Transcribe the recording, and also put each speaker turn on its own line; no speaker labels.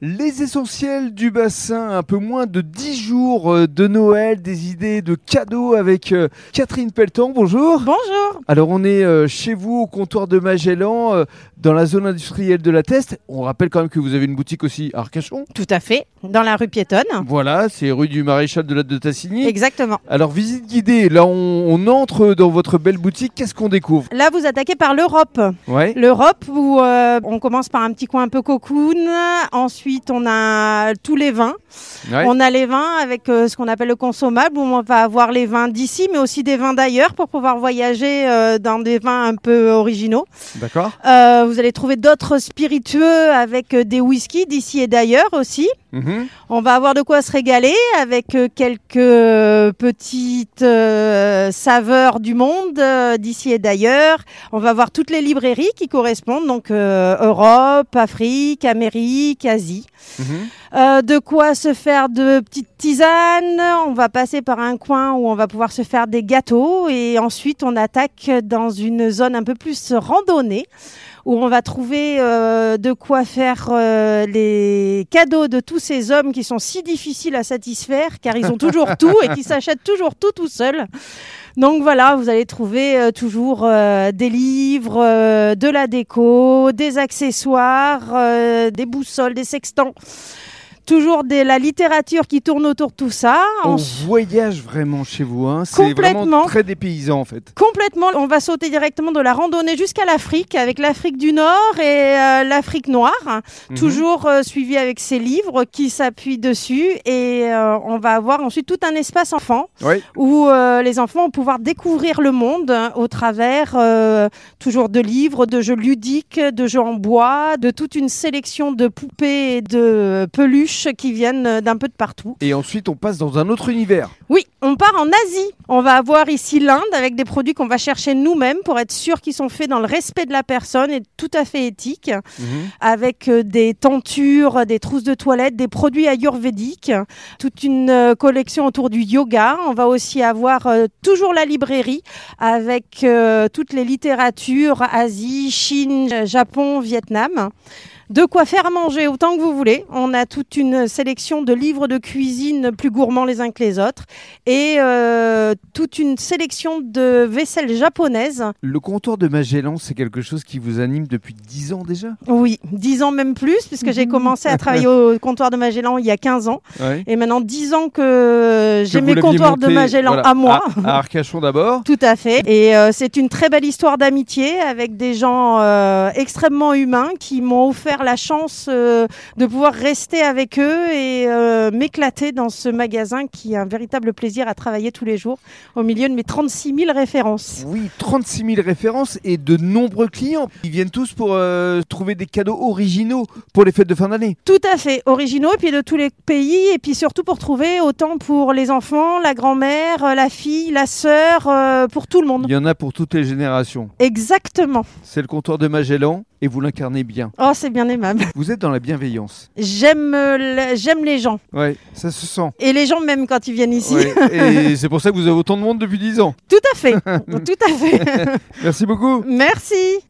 Les essentiels du bassin, un peu moins de 10 jours euh, de Noël, des idées de cadeaux avec euh, Catherine Pelletan, bonjour.
Bonjour.
Alors on est euh, chez vous au comptoir de Magellan, euh, dans la zone industrielle de la Teste. On rappelle quand même que vous avez une boutique aussi à Arcachon.
Tout à fait. Dans la rue piétonne.
Voilà, c'est rue du Maréchal de la de Tassigny.
Exactement.
Alors visite guidée, là on, on entre dans votre belle boutique, qu'est-ce qu'on découvre
Là, vous attaquez par l'Europe.
Ouais.
L'Europe où euh, on commence par un petit coin un peu cocoon. Ensuite, on a tous les vins.
ouais.
On a les vins avec euh, ce qu'on appelle le consommable où on va avoir les vins d'ici, mais aussi des vins d'ailleurs pour pouvoir voyager euh, dans des vins un peu originaux.
D'accord.
Euh, vous allez trouver d'autres spiritueux avec euh, des whiskies d'ici et d'ailleurs aussi.
Mhm.
On va avoir de quoi se régaler avec euh, quelques euh, petites euh, saveurs du monde euh, d'ici et d'ailleurs. On va voir toutes les librairies qui correspondent, donc euh, Europe, Afrique, Amérique, Asie.
Mhm.
Euh, de quoi se faire de petites tisanes. On va passer par un coin où on va pouvoir se faire des gâteaux et ensuite on attaque dans une zone un peu plus randonnée où on va trouver euh, de quoi faire euh, les cadeaux de tous ces hommes qui sont si difficiles à satisfaire car ils ont toujours tout et qui s'achètent toujours tout tout seuls. Donc voilà, vous allez trouver euh, toujours euh, des livres, euh, de la déco, des accessoires, euh, des boussoles, des sextants. Toujours de la littérature qui tourne autour de tout ça.
On
Ensuite-
voyage vraiment chez vous, hein. c'est vraiment
Complètement.
très dépaysant en fait.
Complètement, on va sauter directement de la randonnée jusqu'à l'Afrique, avec l'Afrique du Nord et euh, l'Afrique noire,
Mhm.
toujours euh, suivi avec ces livres qui s'appuient dessus. Et euh, on va avoir ensuite tout un espace enfant
Ouais.
où euh, les enfants vont pouvoir découvrir le monde hein, au travers euh, toujours de livres, de jeux ludiques, de jeux en bois, de toute une sélection de poupées et de peluches qui viennent euh, d'un peu de partout.
Et ensuite on passe dans un autre univers.
Oui, on part en Asie. On va avoir ici l'Inde avec des produits qu'on va chercher nous-mêmes pour être sûr qu'ils sont faits dans le respect de la personne et tout à fait éthique,
Mhm.
avec euh, des tentures, des trousses de toilette, des produits ayurvédiques, toute une euh, collection autour du yoga. On va aussi avoir euh, toujours la librairie avec euh, toutes les littératures Asie, Chine, euh, Japon, Vietnam. De quoi faire manger autant que vous voulez. On a toute une sélection de livres de cuisine plus gourmands les uns que les autres et euh, toute une sélection de vaisselle japonaise.
Le comptoir de Magellan, c'est quelque chose qui vous anime depuis 10 ans déjà
Oui, 10 ans même plus puisque
Mhm.
j'ai commencé à travailler au comptoir de Magellan il y a 15 ans et maintenant 10 ans que
Que
j'ai
vous
mes
l'aviez
comptoirs de
monté,
Magellan
voilà, Ah.
à moi.
À, à Arcachon d'abord.
Tout à fait. Et euh, c'est une très belle histoire d'amitié avec des gens euh, extrêmement humains qui m'ont offert la chance euh, de pouvoir rester avec eux et euh, m'éclater dans ce magasin qui est un véritable plaisir à travailler tous les jours au milieu de mes 36 000 références.
Oui, 36 000 références et de nombreux clients. Ils viennent tous pour euh, trouver des cadeaux originaux pour les fêtes de fin d'année.
Tout à fait, originaux et puis de tous les pays et puis surtout pour trouver autant pour les enfants, la grand-mère, euh, la fille, la sœur, euh, pour tout le monde.
Il y en a pour toutes les générations.
Exactement.
C'est le comptoir de Magellan et vous l'incarnez bien.
Oh, c'est bien aimable.
Vous êtes dans la bienveillance.
J'aime euh, le- j'aime les gens.
Ouais, ça se sent.
Et les gens même quand ils viennent ici.
Ouais, et c'est pour ça que vous avez autant de monde depuis 10 ans.
Tout à fait, tout à fait.
Merci beaucoup.
Merci.